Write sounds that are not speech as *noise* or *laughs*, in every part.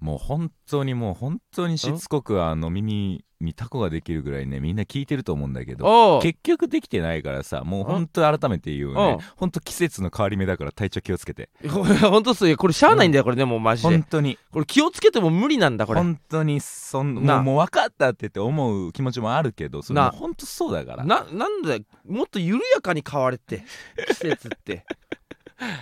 もう本当にもう本当にしつこくあの耳にタコができるぐらいねみんな聞いてると思うんだけどおお *laughs* 結局できてないからさもう本当改めて言ううんね本当季節の変わり目だから体調気をつけて本当っすよこれしゃあないんだよこれでもマジで本当にこれ気をつけても無理なんだこれ本当にそんもなうもう分かったって言って思う気持ちもあるけどそれもなう本当そうだからななんだよもっと緩やかに変わ *laughs* れって季節って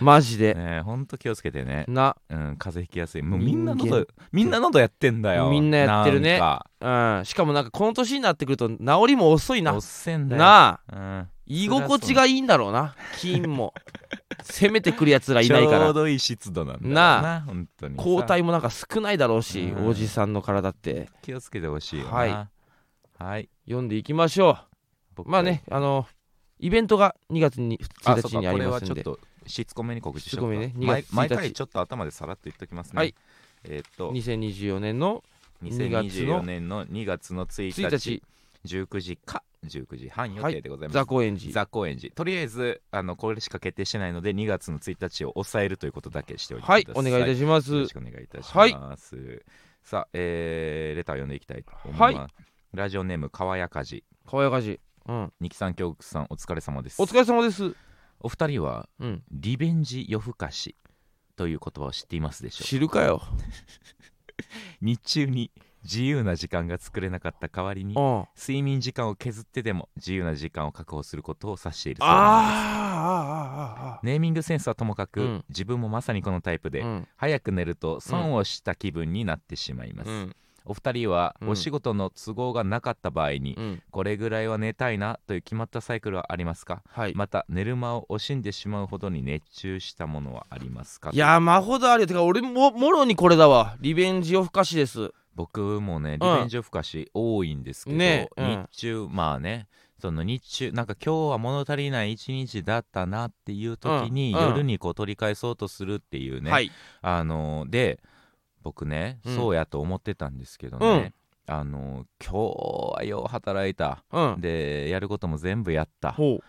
マジでねえほんと気をつけてね、なうん、風邪ひきやすいもうみんな人間喉みんな喉やってんだよみんなやってるねなんかうんしかもなんかこの年になってくると治りも遅いなおっせんだよなあうん居心地がいいんだろうな菌も攻めてくるやつらいないかちょらうどいい湿度なんだよなな本当にさ抗体もなんか少ないだろうしうんおじさんの体って気をつけてほしいよなはいはい読んでいきましょう僕まあねあのイベントが2月にあ1そう日かにあこりれまはすちんょっでとしつこめに告知しようしか、つこめね毎2月毎1日回ちょっと頭でさらっと言っときますね、はいえーっと2024年の2月2024の年の2月の1 1日日19時か19時半予定でございます、ザ高円寺ザ・高円寺とりあえずあのこれしか決定してないので2月の1日を抑えるということだけしておいてくだはさいいお願いいたしますよろしくお願いいたします、さあ、えーレター読んでいきたいと思います、はラジオネームかわやかじかわやかじうん二木さん京極さんお疲れ様ですお疲れ様ですお二人はうんリベンジ夜更かしという言葉を知っていますでしょうか知るかよ日中に自由な時間が作れなかった代わりにうん睡眠時間を削ってでも自由な時間を確保することを指しているそうなんですあーあーあーあーあネーミングセンスはともかく、うん自分もまさにこのタイプで、ーうん早く寝ると損をした気分になってしまいます、うんお二人はうんお仕事の都合がなかった場合に、うんこれぐらいは寝たいなという決まったサイクルはありますかはいまた寝る間を惜しんでしまうほどに熱中したものはありますかいやーまほどあるよてか俺ももろにこれだわリベンジ夜更かしです僕もねリベンジオフかし多いんですけど、ねえうん日中まあねその日中なんか今日は物足りない一日だったなっていう時に、うんうん夜にこう取り返そうとするっていうね、はいあのーで僕ね、うんそうやと思ってたんですけどね、あのー今日はよう働いたうんでやることも全部やったっほ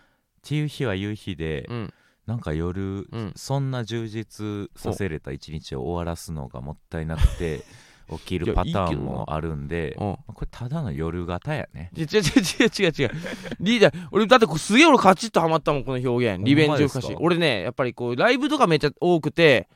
ていう日は夕日で、ううんなんか夜、うんそんな充実させれた一日を終わらすのがもったいなくて起きるパターンもあるんでうんまあこれただの夜型やね違う違う違う違う違うリーダー俺だってこうすげえ俺カチッとハマったもんこの表現リベンジ夜ほ更かんまでしすか俺ねやっぱりこうライブとかめっちゃ多くて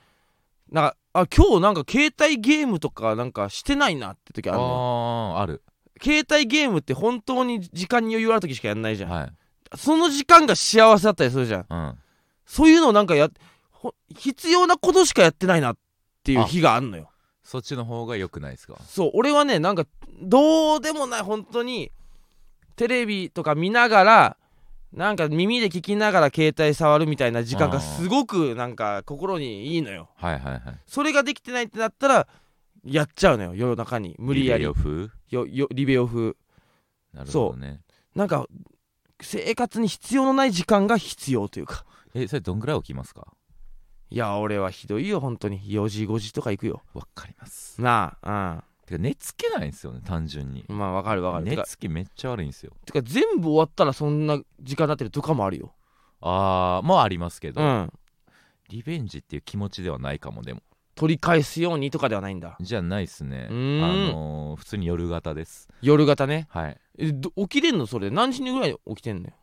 なんかあ今日なんか携帯ゲームとかなんかしてないなって時ああるのよーある携帯ゲームって本当に時間に余裕ある時しかやんないじゃん、はい、その時間が幸せだったりするじゃんうん、そういうのなんかやほ必要なことしかやってないなっていう日があるのよそっちの方が良くないですかそう俺はねなんかどうでもない本当にテレビとか見ながらなんか耳で聞きながら携帯触るみたいな時間がすごくなんか心にいいのよはいはいはいそれができてないってなったらやっちゃうのよ夜中に無理やりリベロ風よよリベオ風なるほどねなんか生活に必要のない時間が必要というかえそれどんぐらい起きますかいや俺はひどいよ本当に4時5時とか行くよわかりますなあてか寝つけないんですよね単純にうんまあわかるわかるて寝かつきめっちゃ悪いんですよてか全部終わったらそんな時間になってるとかもあるよあーもうありますけど、うんリベンジっていう気持ちではないかもでも取り返すようにとかではないんだじゃないっすねあうーんのー普通に夜型です夜型ねはいえど起きれんのそれ何時にぐらい起きてんのよ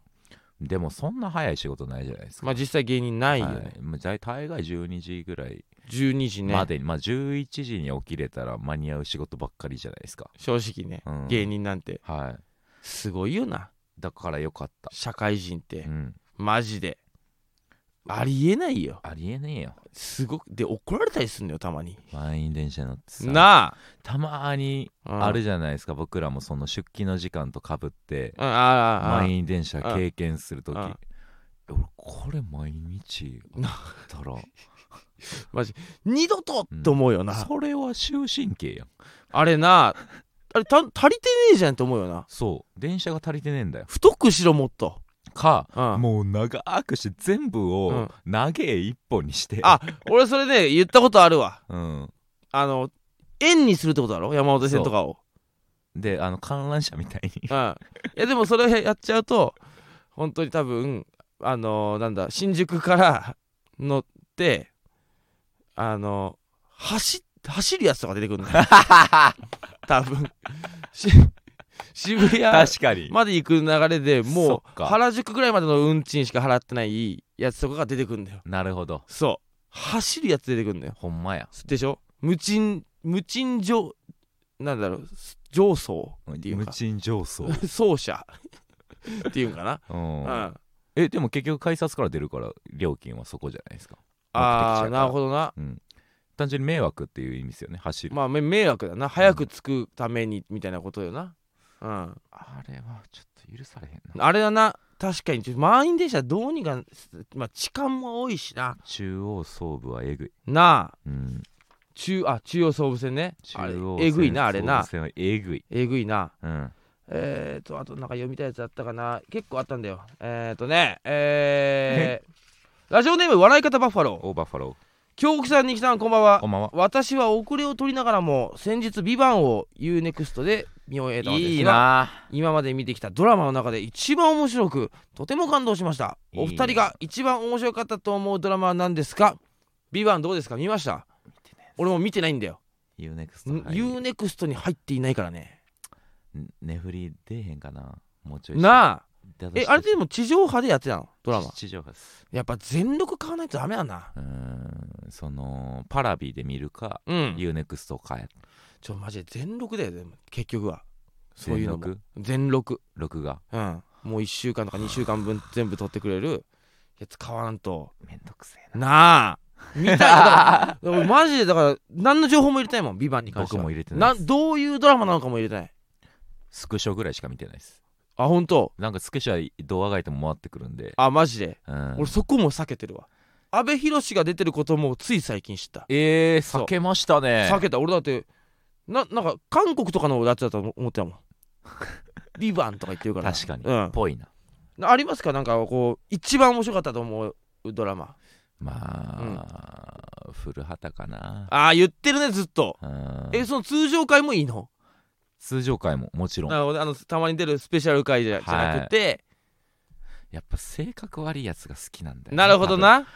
でもそんな早い仕事ないじゃないですか、まあ実際芸人ないよね、はいまあ大大概12時ぐらい12時ねまでに、まあ11時に起きれたら間に合う仕事ばっかりじゃないですか、正直ね、うん芸人なんてはいすごいよなだからよかった、社会人ってうん、マジでありえないよありえねえよすごくで怒られたりすんのよたまに満員電車乗ってさなたまにあ、うんあるじゃないですか、僕らもその出勤の時間とかぶってうんあああ満員電車経験するときうん俺これ毎日あったら二度とって思うよ *laughs* な、それは終身刑やんあれなあれた足りてねえじゃんって思うよなそう電車が足りてねえんだよ太くしろもっと、かうん、もう長くして全部を長え一本にして、あ俺それね言ったことあるわうん、あの円にするってことだろ山手線とかをであの観覧車みた *laughs* いにう、ん、いやでもそれをやっちゃうと本当に多分あのーなんだ新宿から乗ってあのー走走るやつとか出てくるんだよ多分し渋谷確かにまで行く流れでもそっうか原宿ぐらいまでの運賃しか払ってないやつとかが出てくるんだよ *laughs* なるほどそう走るやつ出てくるんだよほんまやでしょ無賃無賃上なんだろう上層っていう無か賃上層奏者っていうんかな、ううんん、あえでも結局改札から出るから料金はそこじゃないですか目的地あやかーらなるほどな単純に迷惑っていう意味ですよね走る、まあめ迷惑だな早く着くためにみたいなことよなうんあれはちょっと許されへんなあれだな確かにちょ満員電車どうにか、まあ、痴漢も多いしな中央総部はえぐい、なあうん、中あ中央総武線ね中あれ央えぐいなあれ総な武線はえぐい、えぐいなうん、えー、とあとなんか読みたいやつあったかな結構あったんだよえー、とねえー、ラジオネーム笑い方バッファローオーバーファロ京極さんにきさんこんばんーこはんばんは私は遅れを取りながらも先日「ビバンを UNEXT で見終えたのですがいいな今まで見てきたドラマの中で一番面白くとても感動しましたお二人が一番面白かったと思うドラマは何ですか「ビバンどうですか見ました俺も見てないんだよ UNEXT 入る UNEXT に入っていないからね寝振り出えへんかなもうちょいあなあえあれでも地上波でやってたのドラマ地上波ですやっぱ全力買わないとダメだなうーんそのパラビで見るか、うん UNEXT かやちょマジで全力だよでも結局はそういうのも全全録録画うんもう1週間とか2週間分全部撮ってくれるやつ買わんとめんどくせえなあ見たいだか *laughs* ら俺マジでだから何の情報も入れたいもん「ビバンに関して僕はも入れてないですんどういうドラマなのかも入れたいスクショぐらいしか見てないですあ本当なんかスクショは動画がいても回ってくるんで、あマジで、うん、俺そこも避けてるわ阿部寛が出てることもつい最近知った、えー、そう避けましたね避けた俺だってななんか韓国とかのやつだと思って *laughs* たもん「ビバンとか言ってるから確かにうんぽいなありますかなんかこう一番面白かったと思うドラマまあ、古畑かなああ言ってるねずっとうんえその通常回もいいの通常回ももちろんなるほどあのたまに出るスペシャル回じゃじゃなくて、やっぱ性格悪いやつが好きなんだよなるほ *laughs* どな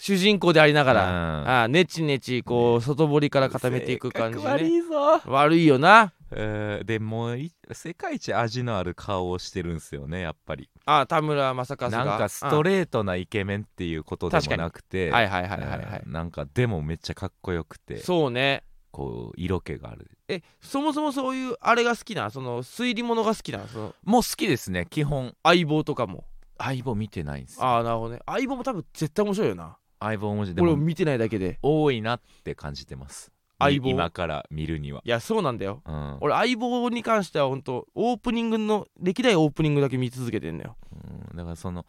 主人公でありながだら、ああネチネチこう外堀から固めていく感じ性格悪ねいぞ、悪いよなえーでもうい世界一味のある顔をしてるんすよねやっぱりああ田村正和がなんかストレートなイケメンっていうことでもなくて、うんはいはいはいはいはいうんなんかでもめっちゃかっこよくてそうねこう色気があるえそもそもそういうあれが好きなその推理物が好きなそのもう好きですね基本相棒とかも相棒見てないんですよああなるほどね相棒も多分絶対面白いよな相棒文字で俺もも見てないだけで多いなって感じてます相棒今から見るにはいやそうなんだようん俺相棒に関しては本当オープニングの歴代オープニングだけ見続けてんのよ、うんだからその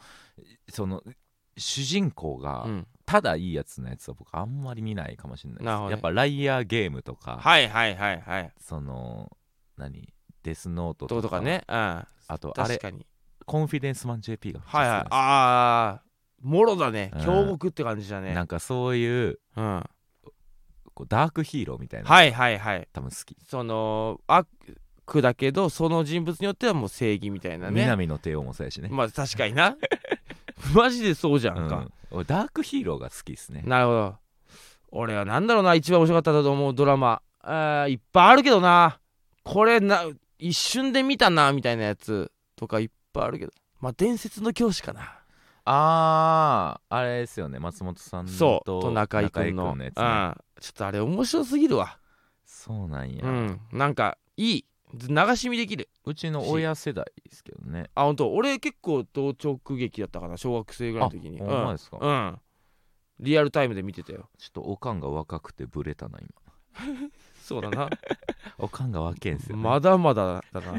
その主人公がうん、ただいいやつのやつは僕あんまり見ないかもしれないですなるほどねやっぱライアーゲームとか、はいはいはいはいその何デスノートとかととかねうんあとあ確れかにコンフィデンスマン JP がはいは実いはああもろだねうん強国って感じだねなんかそういううんはこうダークヒーローみたいいな、はいはい多分好き、その悪だけどその人物によってはもう正義みたいなね南の帝王もそうやしね、まあ確かにな *laughs* マジでそうじゃんか、うん俺ダークヒーローが好きですねなるほど俺はなんだろうな一番面白かったと思うドラマあーいっぱいあるけどなこれな一瞬で見たなみたいなやつとかいっぱいあるけどまあ伝説の教師かなあーあれですよね松本さんそうとと中居君中居の君やつねうん、ちょっとあれ面白すぎるわそうなんや、う、うんなんかいい流し見できるちの親世代ですけどねあ本当俺結構同直劇だったかな小学生ぐらいの時にあほんまですかうん、うんリアルタイムで見てたよちょっとおかんが若くてブレたな今そうだなおかんが若いんですよ、ね、 *laughs* まだまだだ *laughs* な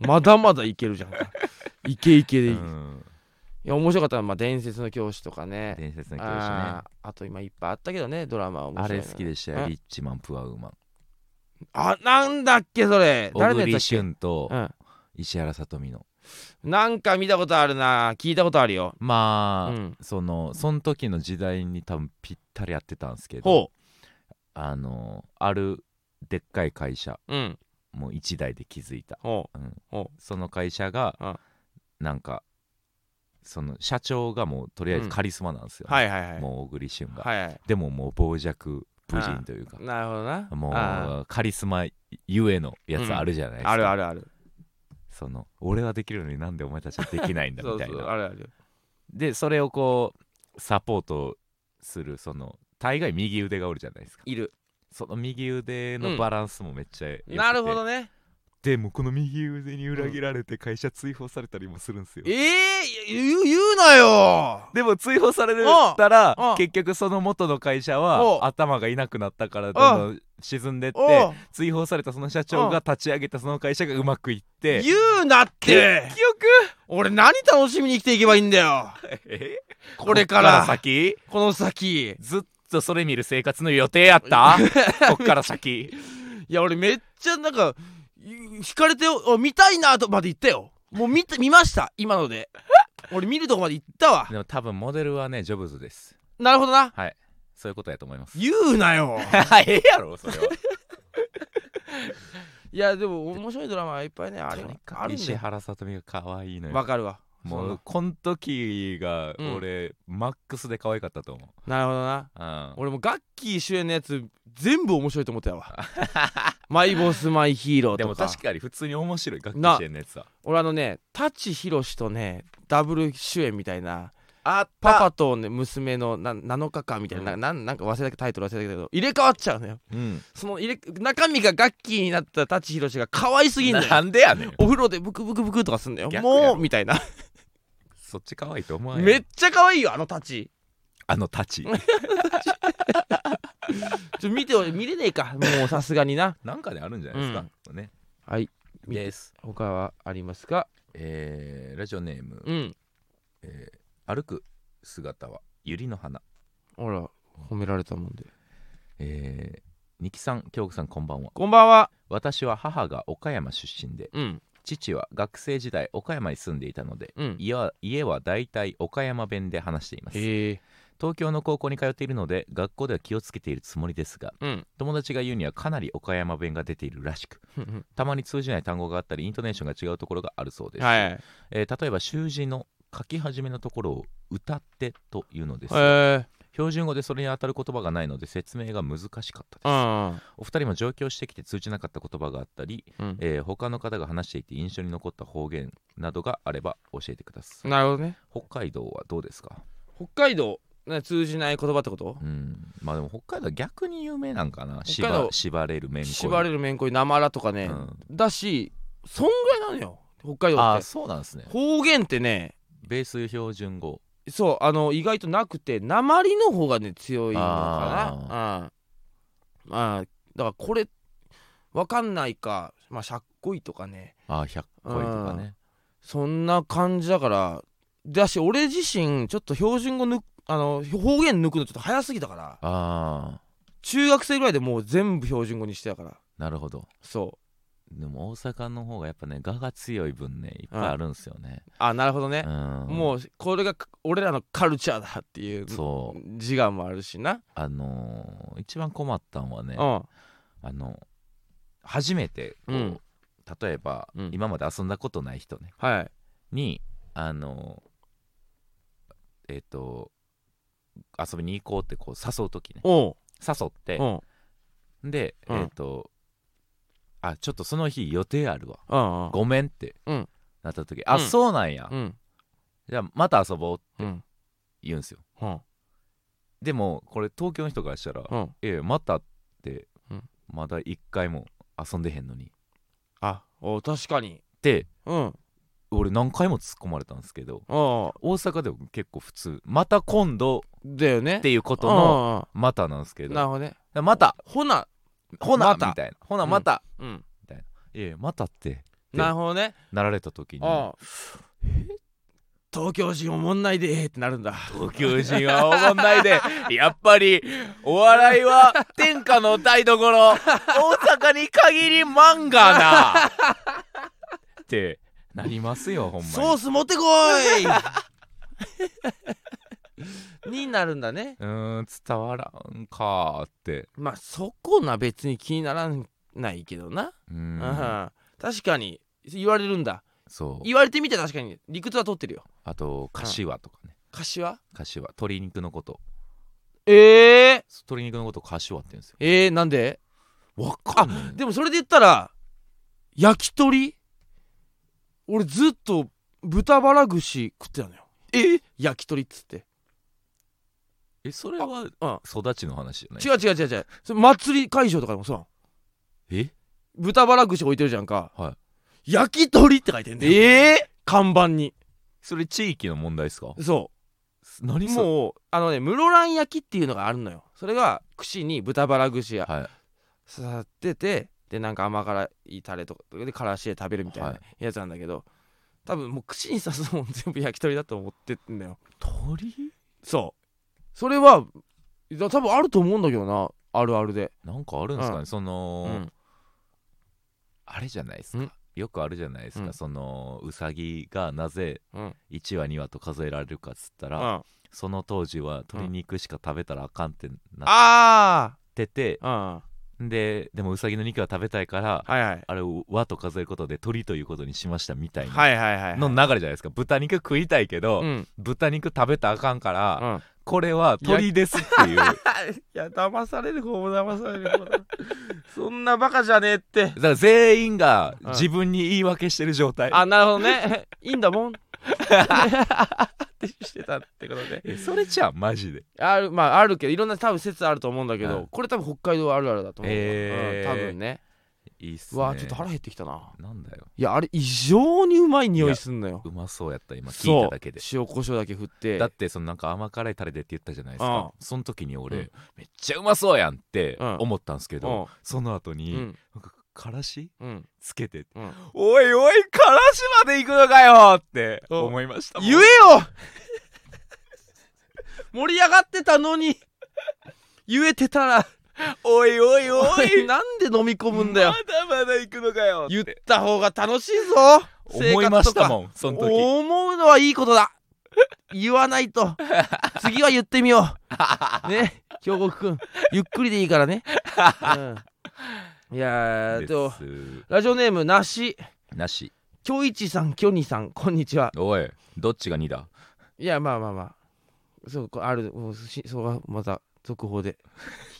まだまだいけるじゃんかいけいけでいい,、ういん、や面白かったのは、まあ、伝説の教師とかね伝説の教師ねあーあと今いっぱいあったけどねドラマ面あ白いれの好きでしたうよんリッチマンプアウーマンあなんだっけそれ小誰のや栗つだっ旬とけ、石原さとみのうん、なんか見たことあるな聞いたことあるよ、うまあ、ん、そのその時の時代に多分ぴったりやってたんですけどほあのあるでっかい会社ううんもう一台で築いた、ほうんほその会社が、うんなんかその社長がもうとりあえずカリスマなんですよう、はいはいはいもう小栗旬が、はいはいでももう傍若プ人というかなるほどなあもうカリスマゆえのやつあるじゃないですあか、あるあるあるその俺はできるのになんでお前たちはできないんだ *laughs* そみうたそいなうあるあるでそれをこうサポートするその大概右腕がおるじゃないですかいるその右腕のバランスもめっちゃ良くて、なるほどねでもこの右腕に裏切られて会社追放されたりもするんですよ、ええ言う言うなよでも追放されるおうたらおう結局その元の会社おうは頭がいなくなったからどんどん沈んでっおてう追放されたその社長が立ち上げたその会社がうまくいって言うなって結局俺何楽しみに生きていけばいいんだよえこれからこっ先この先ずっとそれ見る生活の予定やったこっから先いや俺めっちゃなんか惹かれてお見たいなとまで言ったよもう *laughs* 見た見ました今ので俺見るとこまで行ったわでも多分モデルはねジョブズですなるほどなはいそういうことやと思います言うなよ *laughs* ええやろそれはいやでも面白いドラマはいっぱいねあれとにかくあるんだ石よ原さとみが可愛いのわよかるわそんもなうこん時がうん俺、マックスで可愛かったと思うなるほどなうん俺もガッキー主演のやつ全部面白いと思って *laughs* たわマイボスマイヒーローでともか確かに普通に面白い楽器なしてんのやつだ俺あのね舘ひろしとねダブル主演みたいなあっパパと、ね、娘のな7日間みたいな,、うんなん、なんか忘れたけどタイトル忘れたけど入れ替わっちゃうのようんその入れ中身がガッキーになった舘ひろしが可愛すぎんだなよんでやねんお風呂でブクブクブクとかすんだよ逆やろもうみたいなそっち可愛いと思わんめやっんちゃ可愛いよあのタチあのタチちょ見て見れねえかもうさすがにななんかであるんじゃないですか、ね *laughs* はい見てです他はありますかえーラジオネーム、うんえー歩く姿は百合の花ほら褒められたもんでえー、ニキさん京子さんこんばんはこんばんは私は母が岡山出身でうん父は学生時代岡山に住んでいたのでうん家は家は大体岡山弁で話していますへえ東京の高校に通っているので学校では気をつけているつもりですが *laughs* うん友達が言うにはかなり岡山弁が出ているらしくたまに通じない単語があったりイントネーションが違うところがあるそうです、はいはいえー例えば習字の書き始めのところを歌ってというのですがえ標準語でそれに当たる言葉がないので説明が難しかったです、ーお二人も上京してきて通じなかった言葉があったり、うんえー他の方が話していて印象に残った方言などがあれば教えてくださういんなるほどね北海道はどうですか北海道ね通じない言葉ってことうんまあでも北海道は逆に有名なんかな北海道縛縛れる面恋縛れるめんこいなまらとかねうんだしそんぐらいなのよ北海道あっあてそうなんですね方言ってねベース標準語そうあの意外となくて鉛の方がね強いのかなうんまあだからこれわかんないかまあしゃっこいとかねああ100個とかねそんな感じだからだし俺自身ちょっと標準語抜くあの方言抜くのちょっと早すぎたからああ中学生ぐらいでもう全部標準語にしてたからなるほどそでも大阪の方がやっぱね我が強い分ねいっぱいあるんですよねう、あなるほどねう、ん、もうこれが俺らのカルチャーだっていうそう自我もあるしなあのー一番困ったんはね、うんあの初めてこう、うん例えば、うん今まで遊んだことない人ねはいにあのえっ、と遊びに行こうってこう誘う時ねおう誘ってうんで、うんえっ、とあちょっとその日予定あるわうんごめんって、うんなった時あ、うんそうなんや、うんじゃあまた遊ぼうってうん言うんですようんでもこれ東京の人からしたら「うんええまた」って、うんまだ一回も遊んでへんのにっあお確かにてうんうん俺何回も突っ込まれたんですけど大阪でも結構普通「また今度」だよねっていうことのの「また」なんですけなるどほどね「またほなほな」またみたいな「ほなまたうん」ええまた」ってなるほどねなられた時にあ東京人おもんないでーってなるんだ東京人はおもんないで *laughs* やっぱりお笑いは天下の台所大阪に限り漫画なってなりますよほんまにソース持ってこー *laughs* いになるんだねうーん伝わらんかーってまあそこな別に気にならないけどな、うーうんん、確かに言われるんだそう言われてみて確かに理屈は取ってるよあと柏とかね柏柏鶏肉のことえー、鶏肉のことを柏って言うんですよえー、なんでわかんないでもそれで言ったら焼き鳥俺ずっと豚バラ串食ってたのよえ焼き鳥っつってえそれはあ育ちの話じゃない違う違う違う違うそれ祭り会場とかでもそうなのえ豚バラ串置いてるじゃんかは焼き鳥って書いてんだよええ看板にそれ地域の問題ですかそ何うそれもうあのね室蘭焼きっていうのがあるのよそれが串に豚バラ串やは刺さっててでなんか甘辛いタレとかでからしで食べるみたいはないやつなんだけど、多分もう串に刺すもん全部焼き鳥だと思ってんだよい鳥そうそれはだ多分あると思うんだけどなあるあるでなんかあるんですかね、うそうの、んあれじゃないですんかよくあるじゃないですか、うんそのうさぎがなぜうん1羽2羽と数えられるかっつったうら、んその当時は鶏肉しか食べたらあかんってなっあてて、あうんででもうさぎの肉は食べたいから、はいはいあれを和と数えることで鳥ということにしましたみたいなはいはいはいの流れじゃないですか豚肉食いたいけど、うん豚肉食べたらあかんから、うんこれは鳥ですっていうだか *laughs* いや騙される方も騙される方だそんなバカじゃねえ *laughs* ってら全員がうん自分に言い訳してる状態、あなるほどね *laughs* いいんだもんってしてたってことでえそれじゃんマジであるまああるけどいろんな多分説あると思うんだけど、はいこれ多分北海道あるあるだと思う、えーうん多分ねいいっすうねわちょっと腹減ってきたななんだよいやあれ異常にうまい匂いすんのようまそうやった今聞いそたうだけで塩コショウだけ振ってだってそのなんか甘辛いタレでって言ったじゃないですああかその時に俺、うんめっちゃうまそうやんってうん思ったんですけど、その後うに、んうんなんかからしうんつけてうん「おいおいからしまで行くのかよ!」ってうん思いましたもん言えよ盛り上がってたのに言えてたらおいおいおおいい *laughs* なんで飲み込むんだよまだまだ行くのかよ言っってた方が楽しいぞ思いましたんもんその時思うのはいいことだ言わないと次は言ってみよ *laughs* うね京極くんゆっくりでいいからね、うん、いやーでとすラジオネームなしなしきょいちさんきょにさんこんにちはおいどっちが2だいやまあまあまあそうこあるうんしそうはまた続報で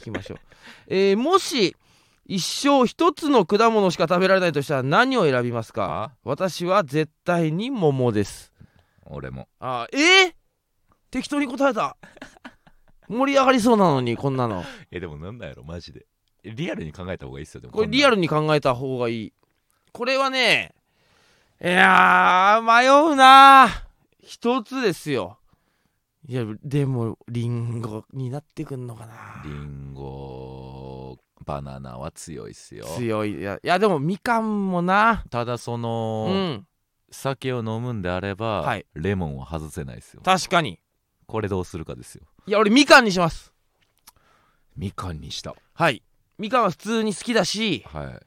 聞きまし *laughs* ょう、えーもし一生一つの果物しか食べられないとしたら何を選びますかあ私は絶対に桃です俺もあえー適当に答えた盛り上がりそうなのにこん *laughs* なのえでもなんだやろマジでリアルに考えた方がいいっすよでもこれリアルルに考えた方がいいこれはねいやー迷うなー一つですよいやでもリンゴになってくんのかなリンゴバナナは強いっすよ強いいやいやでもみかんもなただそうの、ん酒を飲むんであれば、はいレモンは外せないですよ確かにこれどうするかですよいや俺みかんにしますみかんにしたはいみかんは普通に好きだし、は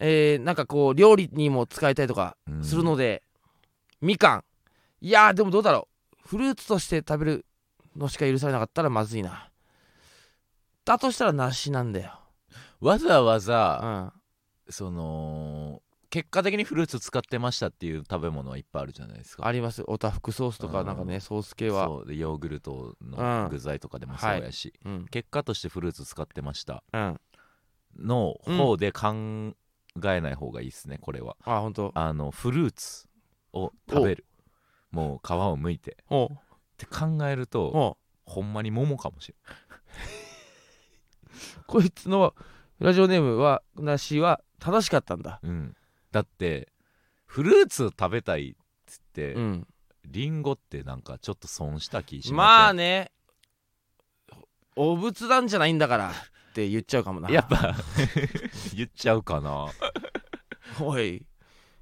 えー、なんかこう料理にも使いたいとかい、うんするので、みかんいやーでもどうだろうフルーツとして食べるのしか許されなかったらまずいなだとしたら梨なんだよわざわうざ、んその結果的にフルーツ使ってましたっていう食べ物はいっぱいあるじゃないですかありますおたふくソースとかなんかね、うソース系はそうでヨーグルトうのん具材とかでもそうやし、うん結果としてフルーツ使ってましたうんあの方で考えない方がいいですねこれは本当。あのフルーツを食べるもう皮を剥いてっおうて考えるとおうほんまに桃かもしれんこいつのラジオネームは梨は正しかったんだうん、だってフルーツを食べたいっつって、うんリンゴってなんかちょっと損した気しまあねねお仏壇じゃないんだからって言っちゃうかもなやっぱ *laughs* 言っちゃうかなおい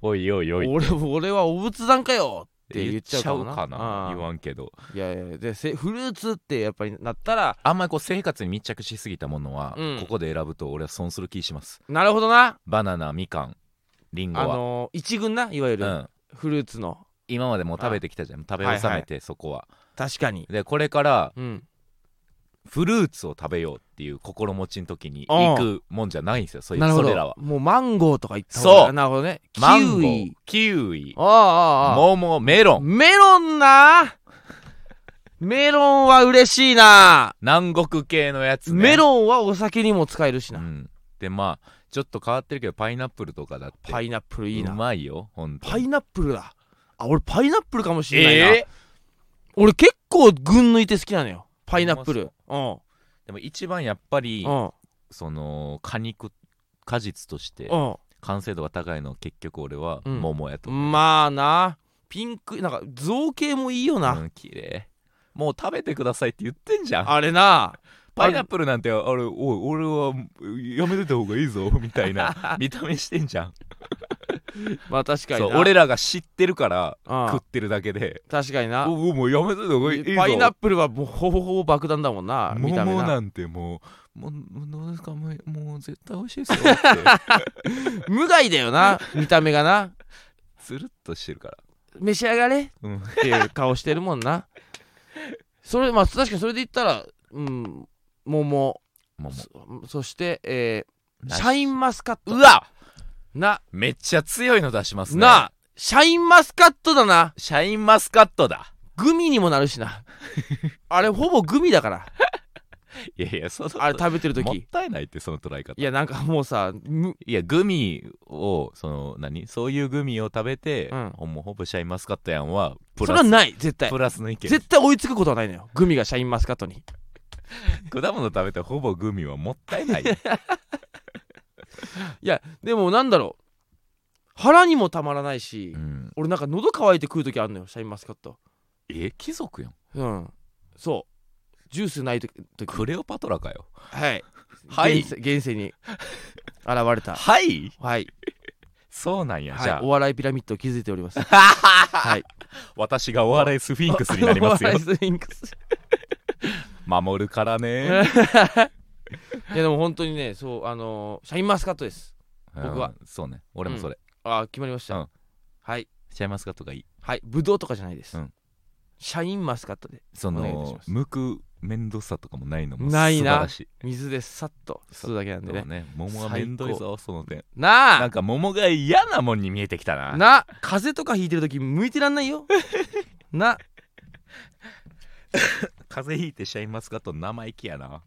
おいおいおいっ俺俺はお仏壇かよってて言言っっちゃちゃうかもうなかなうん言わんけどいやいやでせフルーツってやっぱりなったらあんまりこう生活に密着しすぎたものは、うんここで選ぶと俺は損する気しますなるほどなバナナみかんリンゴあは、のー一軍ないわゆうるん、フルーツの、今までもう食べてきたじゃん食べ納はめいてそこは、確かにでこれからうんフルーツを食べようっていう心持ちの時にうん行くもんじゃないんですよそういなるうほそどれらはもうマンゴーとかいった方そがうなるほどねキマンゴウーイキウイああああああ桃メロンメロンなメロンは嬉しいな、南国系のやつねメロンはお酒にも使えるしな、うん、でまあちょっと変わってるけどパイナップルとかだってパイナップルいいうなまいよほんとパイナップルだあ俺パイナップルかもしれないな、えー俺結構群抜いて好きなのよパイナップルうんでも一番やっぱりうんその果肉果実としてうん完成度が高いのは結局俺はうん桃やと、まあなピンクなんか造形もいいよな、うん綺麗もう食べてくださいって言ってんじゃんあれなパイナップルなんてあれおい俺はやめてた方がいい *laughs* ぞみたいな見た目してんじゃんまあ確かにそなう俺らが知ってるからうん食ってるだけで確かにおなおもうやめてた方がいいぞパイナップルはもうほぼほぼ爆弾だもんな見た目桃ななんてもうもうどうですかもうもう絶対美味しいですよ *laughs* って無害だよな見た目がなつるっとしてるから、召し上がれっうん、ていう顔してるもんなそれまあ確かにそれで言ったらうん桃桃そそして、えー梨シャインマスカットうわなめっちゃ強いの出しますねなあシャインマスカットだなシャインマスカットだグミにもなるしなあれほぼグミだからいやいやそのあれ食べてる時もったいないってその捉え方いやなんかもうさむいやグミをその何そういうグミを食べて、うんほんもうほぼシャインマスカットやんはプそれはラスない絶対プラスの意見絶対追いつくことはないのよグミがシャインマスカットに果物食べてほぼグミはもったいないよいやでもなんだろう腹にもたまらないし、 *laughs* うん俺なんか喉乾いて食う時あるのよシャインマスカットえ貴族やんうんそうジュースない時時クレオパトラかよはいはい現世現世に現れたはいはい、そうなんや、じはゃい、あお笑いピラミッドを築いておりま *laughs* すはい私がお笑いスフィンクスになりますよ *laughs* お笑いスフィンクス守るから *laughs* いねやでも本当にねそうあのーシャインマスカットです僕はうんそうね俺もそれ、あー決まりました、うんはいシャインマスカットがいいはいブドウとかじゃないです、うんシャインマスカットでそお願いいたしのますむく面倒さとかもないのも素な晴いならしい水でさっと吸うだけなんでそうねね桃は面倒いぞその点ななんあか桃が嫌なもんに見えてきたなな風邪とかひいてる時向いてらんない *laughs* よな風邪ひいてシャインマスカット生意気や *laughs* な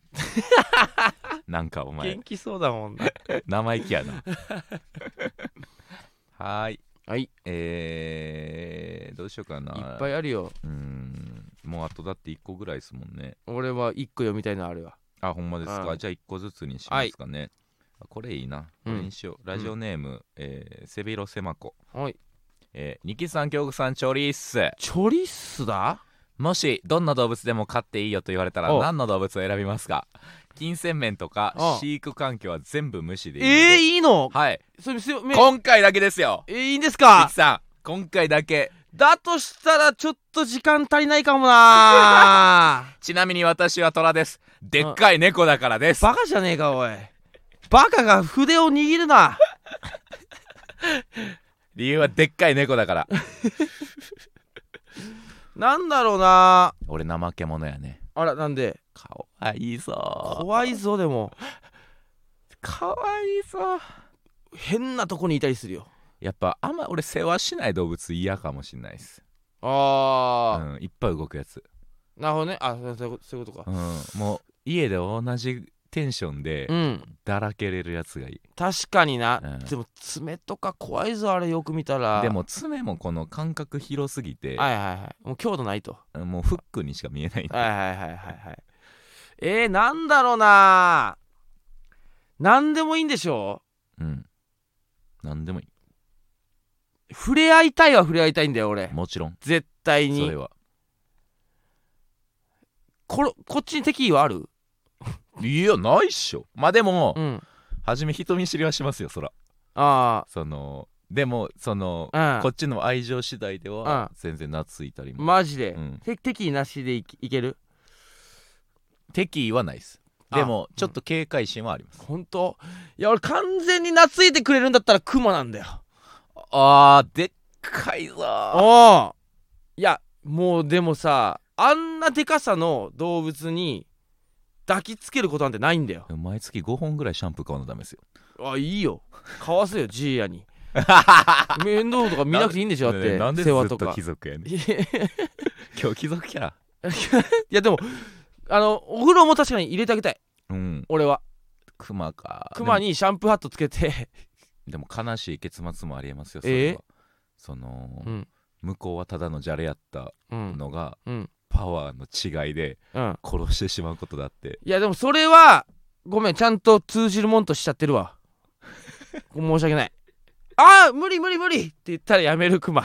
なんかお前元気そうだもんな生意気や *laughs* なはーいはいえー、どうしようかないいっぱいあるようーんもうあとだって1個ぐらいですもんね俺は一個読みたいのあるわあほんまですか、うんじゃあ1個ずつにしますかね、あこれいいなこれにしよう、ラジオネーム、えーセビロセマコはいえー、ニキさん、キョウコさん、チョリース。チョリッスだもし、どんな動物でも飼っていいよと言われたら、おう何の動物を選びますか金銭面とかおう飼育環境は全部無視でいいのでえー、いいのはい。それすよめ今回だけですよ。えー、いいんですニかキさん、今回だけ。だとしたらちょっと時間足りないか *laughs* もなちなみに私は虎です。でっかい猫だからです。バカじゃねえかおいバカが筆を握るな理由はでっかい猫だから。なんだろうな俺、怠け者やね。あらなんでかわいいぞ。怖いぞでもかわいいぞ。変なとこにいたりするよやっぱ、あんま俺、世話しない動物嫌かもしんないです。うああ、ん、いっぱい動くやつ。なるほどねあそうそういうことそういうことうかん、もう家で同じテンションでうんだらけれるやつがいい、確かにな、うんでも爪とか怖いぞあれよく見たらでも爪もこの感覚広すぎてはいはいはいもう強度ないともうフックにしか見えないんではいはいはいはいはいえー、なんだろうななんでもいいんでしょうん何でもいい触れ合いたいは触れ合いたいんだよ俺もちろん絶対そにれはこれこっちに敵意はあるいやないっしょまあでも、うん初め人見知りはしますよそらあそのでもその、あうこんっちの愛情次第では、う全然懐いたりも、マジで、うんて敵意なしでいいける敵意はないですでもちょっと警戒心はあります、本当いや俺完全に懐いてくれるんだったらクマなんだよあーでっかいぞおいやもうでもさあんなでかさの動物に抱きつけることなんてないんだよ毎月5本ぐらいシャンプー買わなダメですよあいいよ買わせよジーヤ *laughs* に面倒とか見なくていいんでしょだっねえてなんでず世話っととか貴族やねんい今日貴族キャラいやでもあのお風呂も確かに入れてあげたいうん俺はクマかクマにシャンプーハットつけてでもでも悲しい結末もありえますよそえれはその、うん向こうはただのじゃれやったうんのが、うんパワーの違いでうん殺してしまうことだっていやでもそれはごめんちゃんと通じるもんとしちゃってるわ申し訳ないああ無理無理無理って言ったらやめるクマ *laughs*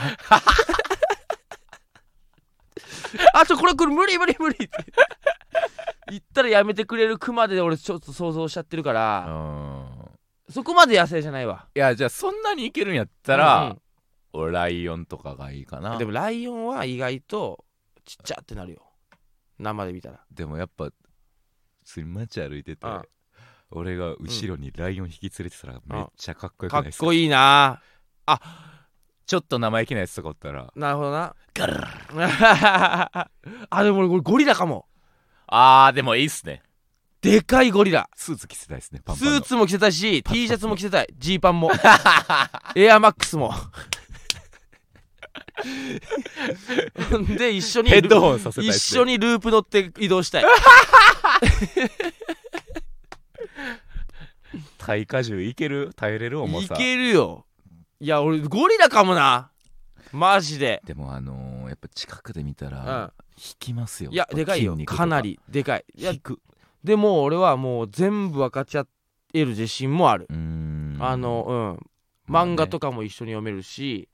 あとこれこれ無理無理無理って言ったらやめてくれるクマで俺ちょっと想像しちゃってるかうらんそこまで野生じゃないわいやじゃあそんなにいけるんやったうんうらん、俺ライオンとかがいいかなでもライオンは意外とちっちゃってなるよ生で見たらでもやっぱ普通に街歩いててうん俺が後ろにライオン引き連れてたらめっちゃかっこよくかなっいですかこいいなちょっと生意気なやつとかおったらなるほどなガラララ *laughs* あでも俺これゴリラかもあーでもいいっすねでかいゴリラスーツ着せたいっすねパンスパンのーツも着てたし T シャツも着てたいジーパ *laughs* ンもエアマックスもほんで一緒にヘッドホンさせたいっすね一緒にループ乗って移動したい耐荷重いける耐えれる重いさけるよいや俺ゴリラかもなマジででもあのー、やっぱ近くで見たうんら引きますよいやでかいよ筋肉とかなりでかいいや引くでも俺はもう全部分かっちゃえる自信もある、うーんあのうんまあ漫ね画とかも一緒に読めるし、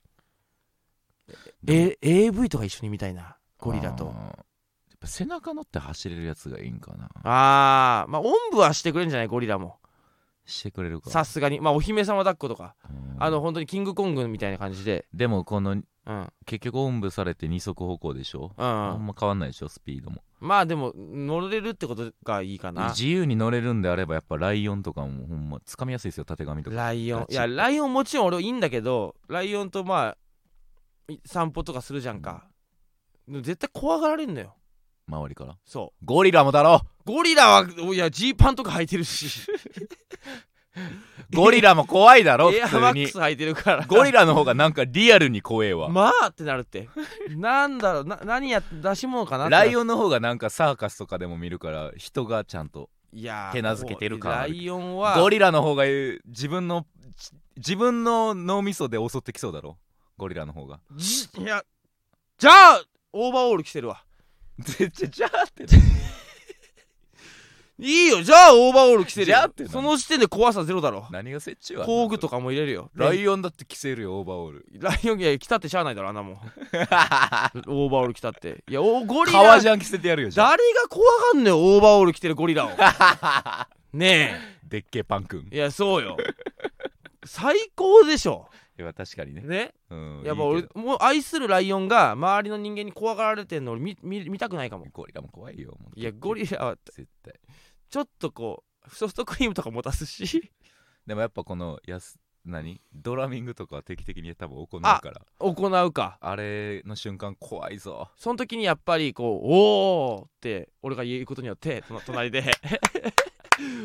でもえ AV とか一緒に見たいなゴリラあとーやっぱ背中乗って走れるやつがいいんかなあーまあおんぶはしてくれるんじゃないゴリラもしてくれるかさすがにまあお姫様抱っことか、うんあの本当にキングコングみたいな感じででもこのうん結局おんぶされて二足歩行でしょうあんんま変わんないでしょスピードもまあでも乗れるってことがいいかな自由に乗れるんであればやっぱライオンとかもほんま掴みやすいですよ縦紙 *laughs* とかライオンいガやチライオンもちろん俺いいんだけどライオンとまあい散歩とかするじゃんか、でも絶対怖がられんのよ周りからそゴリラもだろうゴリラはいやジーパンとか履いてるしゴリラも怖いだろエア普 *laughs* マ通ッにクス履いてるからゴリラの方がなんかリアルに怖えわ、まあってなるって *laughs* なんだろうな何や出し物かなラインオンの方がなんかサーカスとかでも見るから人がちゃんといやー手なずけてる感あラるイオンはゴリラの方が自分のじ自分の脳みそで襲ってきそうだろゴリラの方がじいやじゃあオーバーオール着てるわじゃじゃあっていいよじゃあオーバーオール着てるじゃあよってなんだその時点で怖さゼロだろ *laughs* 何が設置は工具とかも入れるよライオンだって着せるよオーバーオールライオンいや着たってしゃあないだろあん *laughs* なもんオーバーオール着たっていやおゴリラ革ジャン着せてやるよじゃ誰が怖がんのよオーバーオール着てるゴリ *laughs* ラをあねでっけえパンくんいえいやそうよ最高でしょや確かにねねうんやっぱいい俺けどもう愛するライオンが周りの人間に怖がられてんの俺見見見たくないかもゴリラも怖いよもういやゴリラは絶対ちょっとこうソフトクリームとか持た *laughs* すしでもやっぱこのやす何ドラミングとかは定期的に多分行うから行うかあれの瞬間怖いぞその時にやっぱりこう「おお!」って俺が言うことによってと *laughs* 隣で「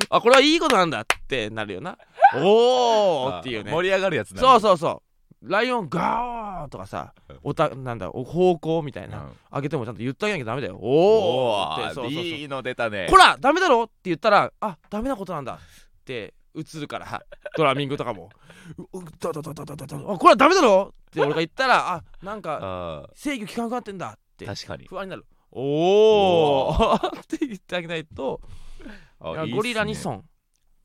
あこれはいいことなんだ」ってなるよな「おお!」っていうねあ盛り上がるやつなんだそうそうそうライオンガーとかさおたなんだお方向みたいな、うんあげてもちゃんと言ってあげなきゃダメだよおおっておそうおそうそういいの出たねこらダメだろって言ったらあダメなことなんだって映るからドラミングとかもううだだだだだだだあこらダメだろって俺が言ったらあなんかあ制御効かなくなってんだってー確かに不安になるおおって言ってあげないとあいいっすねゴリラに損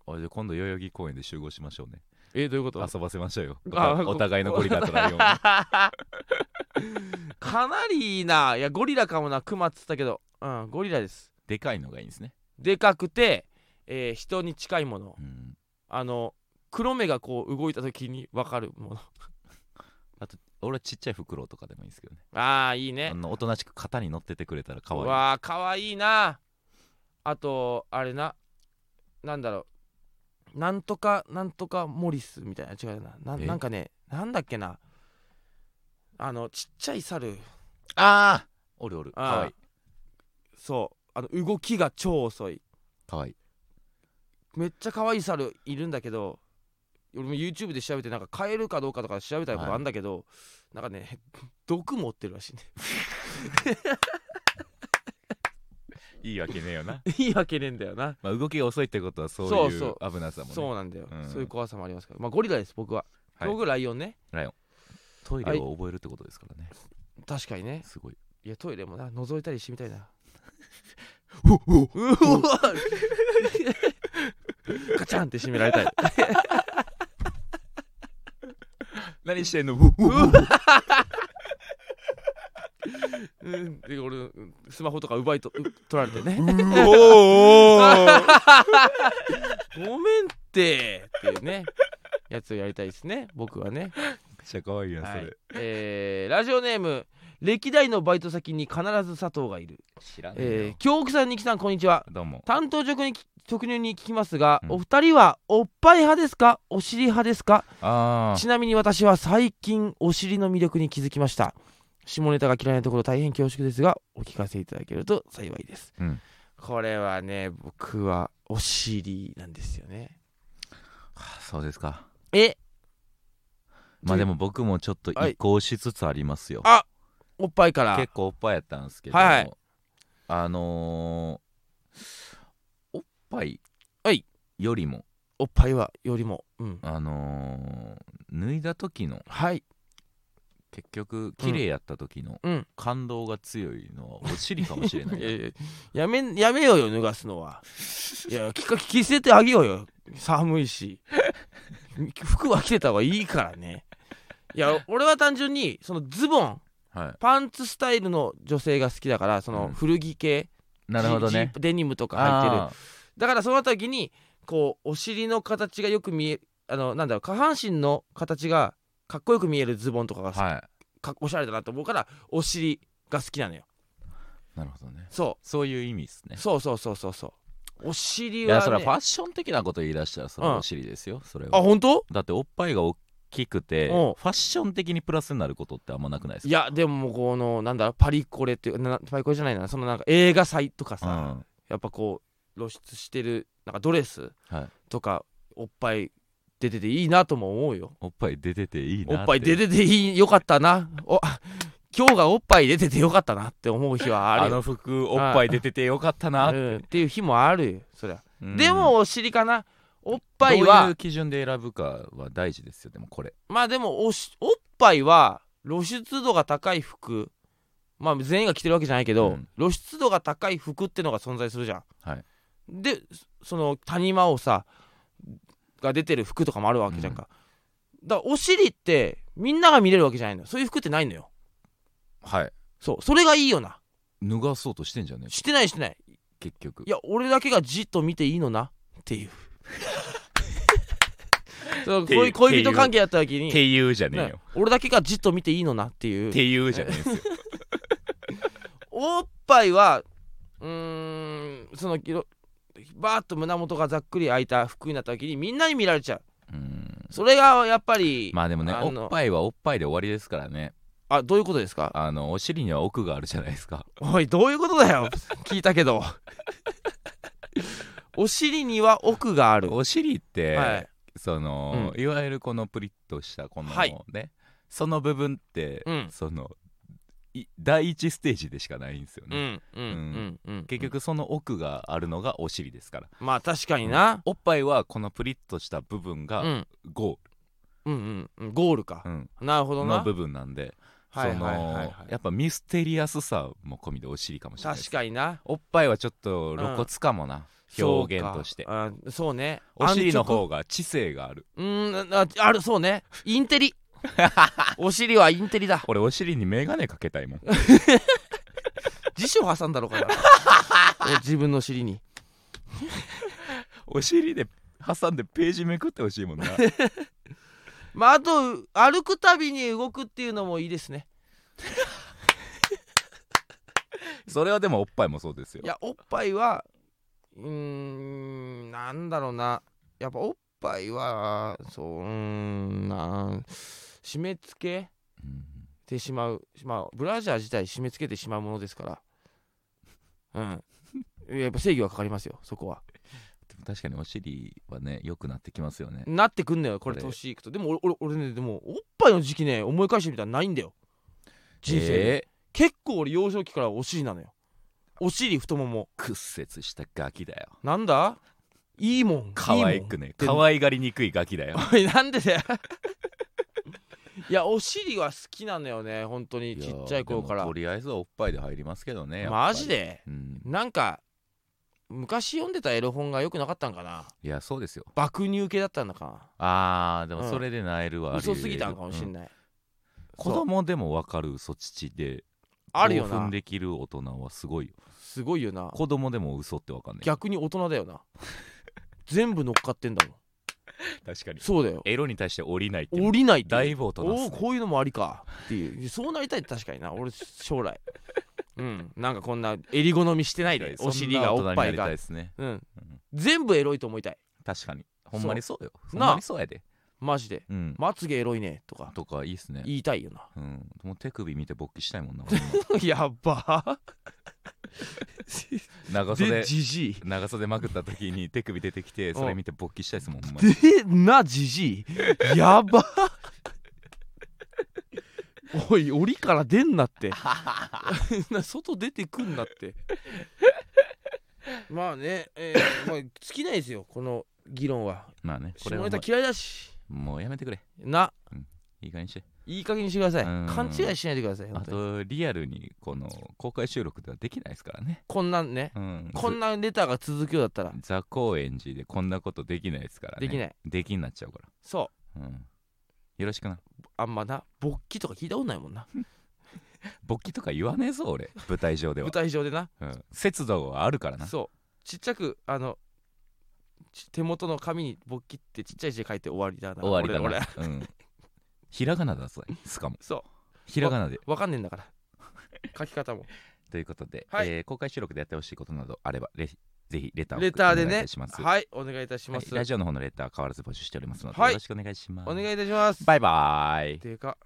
あじゃあ今度代々木公園で集合しましょうねえどういうこと遊ばせましょうよおあ互いお互いのゴリラとライオン *laughs* かなりいいないやゴリラかもなクマっつったけどうんゴリラですでかいのがいいんですねでかくて、えー人に近いものうんあの黒目がこう動いた時に分かるもの *laughs* 俺はちっちゃいフクロウとかでもいいんですけどねああいいねあのおとなしく肩に乗っててくれたら可う愛いわあかわいいなあとあれななんだろうなんとかなんとかモリスみたいな違うななえなんかねなんだっけなあのちっちゃい猿ああおるおるあー可愛いそうあの動きが超遅い可愛いめっちゃ可愛い猿いるんだけど俺も YouTube で調べてなんか買えるかどうかとか調べたことあるんだけど、なんかね毒持ってるらしいねいいわけねえよ *laughs* な、 *laughs* いいわけねえんだよなまあ、動きが遅いってことはそういうそう危なさもねそうなんだよ、うんそういう怖さもありますからまあゴリラです僕は、はい僕ライオンねトイレを覚えるってことですからね確かにねすごいいやトイレもな覗いたりしてみたいなうわうわうわガチャンって閉められたい何してんのうわうわうわうんで俺うんスマホとか奪いとう取られてねおーおーごめんってっていうねやつをやりたいですね僕はね、めっちゃ可愛いやんそはれ、いえーラジオネーム歴代のバイト先に必ず佐藤がいる、知らねええよー、京極さん二木さんこんにちはどうも担当直入に直入に聞きますが、うんお二人はおっぱい派ですかお尻派ですかあちなみに私は最近お尻の魅力に気づきました下ネタが嫌いなところ大変恐縮ですがお聞かせいただけると幸いです、うんこれはね僕はお尻なんですよねあそうですかえまあででも僕もちょっとはい移行しつつありますよ、あおっぱいから結構おっぱいやったんですけど、はいはいあのーおっぱいはいよりも、おっぱいはよりもうんあのー脱いだ時のはい結局綺麗やった時のうん感動が強いのはお尻かもしれないい *laughs* なやいややめやめようよ脱がすのはいや着か着せてあげようよ寒いし服は着てた方がいいからねいや俺は単純にそのズボンはパンツスタイルの女性が好きだからそのうん古着系、い、なるほどジジねープデニムとか入ってるあだからその時にこうお尻の形がよく見えあのなんだろう下半身の形がかっこよく見えるズボンとかがー好きはかおしゃれだなと思うからお尻が好きなのよいなるほどねそそういう意味ですうねそうそうそうそうそうお尻いは、ね、やそれはファッション的なこと言い出したらそれうんはお尻ですよ、それあは本当だっておっぱいが大きくてうんファッション的にプラスになることってあんまなくないですいかやでももうこのなんだろうパリコレっていうなパリコレじゃないなそのなんか映画祭とかさ、うんやっぱこう露出してるなんかドレスはいとか、おっぱい出てていいなとも思うよおっぱい出てていいなおっぱい出ててていいよかったなおあ今日がおっぱい出ててよかったなって思う日はああるよの服おっぱい出ててよかったな、うん、っていう日もあるよそりゃ、うんでもお尻かなおっぱいどうはいう基準で選ぶかは大事ですよでもこれまあでもおしおっぱいは露出度が高い服まあ全員が着てるわけじゃないけど、うん露出度が高い服ってのが存在するじゃん、はいでその谷間をさが出てる服とかもあるわけじゃんか、だからお尻ってみんなが見れるわけじゃないのよそういう服ってないのよはいそうそれがいいよな脱がそうとしてんじゃねえしてないしてない結局いや俺だけがじっと見ていいのなって *laughs* いうそうっていう恋恋人関係やった時にていうじゃねえねよ俺だけがじっと見ていいのなっていうていうじゃねえですよおっぱいはうーんそのいろバーッと胸元がざっくり開いた服になった時にみんなに見られちゃううんそれがやっぱり、まあでもねあのおっぱいはおっぱいで終わりですからねあどういうことですかあのお尻には奥があるじゃないですかおいどういうことだよ *laughs* 聞いたけどお尻には奥があるお尻って、はいその、ういわゆるこのプリッとしたこのね、はいその部分って、うんそのい第一ステージでしかないんですようね、んうんうんうん結局その奥があるのがお尻ですからまあ確かにな、おっぱいはこのプリッとした部分うん、うがんゴールうんうんゴールかう、ん、なるほどなの部分なんで、はいはいはいはいそのやっぱミステリアスさも込みでお尻かもしれないです確かになおっぱいはちょっと露骨かもな、表現としてそうかあそうねお尻の安直方が知性があるうーんああるそうねインテリお尻はインテリだ俺お尻に眼鏡かけたいも *laughs* ん辞書挟んだのかなお自分の尻にお尻で挟んでページめくってほしいも *laughs* んなまああとう歩くたびに動くっていうのもいいですねそれはでもおっぱいもそうですよいやおっぱいはうーんなんだろうなやっぱおっぱいはそううーんな締め付けうんてしまうまあブラジャー自体締め付けてしまうものですからうんやっぱ制御はかかりますよそこはでも確かにお尻はね良くなってきますよねなってくんのよこれこれ年いくとでも俺俺俺ねでもおっぱいの時期ね思い返してみたらないんだよ人生で、え結構俺幼少期からお尻なのよーお尻太もも屈折したガキだよなんだいいもん可愛くね可い愛がりにくいガキだよいもんおいなんでだよ *laughs* いやお尻は好きなのよね本当にちっちゃい頃やかでらもとりあえずはおっぱいで入りますけどねやっぱりマジでうんなんか昔読んでたエロ本が良くなかったんかないやそうですよ爆乳系だったんだかあーでもうんそれでなえるはあり得嘘るすぎたんかもしんない、子そう供でも分かる嘘父であるよ興奮なできる大人はすごいよすごいよな子供でも嘘って分かんない逆に大人だよな *laughs* 全部乗っかってんだもん確かにそうだよエロに対して降りないっていう降りないってだいういぶ大人っおすおねこういうのもありかっていうそうなりたい確かにな俺将来うんなんかこんな襟好みしてないでお尻がおそんな大人っぱいになりたがですねうんうん全部エロいと思いたい確かにほんまにそうよほうんまにそうやでマジでうんまつげエロいねとかとかいいっすね言いたいよ *laughs* なうんもう手首見て勃起したいもんな *laughs* やっば長 *laughs* で袖じじい長袖まくった時に手首出てきてそれ見て勃起したいですもんほんまにでなじじいやばおい檻から出んなって *laughs* な外出てくんなってまあね、えーまあ、尽きないですよこの議論はまあねこ下れはネタ嫌いだしもうやめてくれないい加減にしていい加減にしてくださいうん勘違いしないでください本あ当にとリアルにこの公開収録ではできないですからねこんなんねうんこんなレターが続くようだったらザ・高円寺でこんなことできないですからねできないできになっちゃうかそらうんよろしくなうあんまな勃起とか聞いたことないもんな勃起とか言わねえぞ *laughs* 俺舞台上では舞、台上でなうん、節度はあるからなそうちっちゃくあのち手元の紙に勃起ってちっちゃい字で書いて終わりだな終わりだ俺俺な、うん、ひらがなだぞしかもそひらがなでうわかんねえんだから書き *laughs* 方もということで、はいえー公開収録でやってほしいことなどあればレぜひレターをレターでお願いいねたしますはいお願いいたしまはいす、ラジオの方のレターは変わらず募集しておりますので、はいよろしくお願いしますお願いいたしますバイバーイでか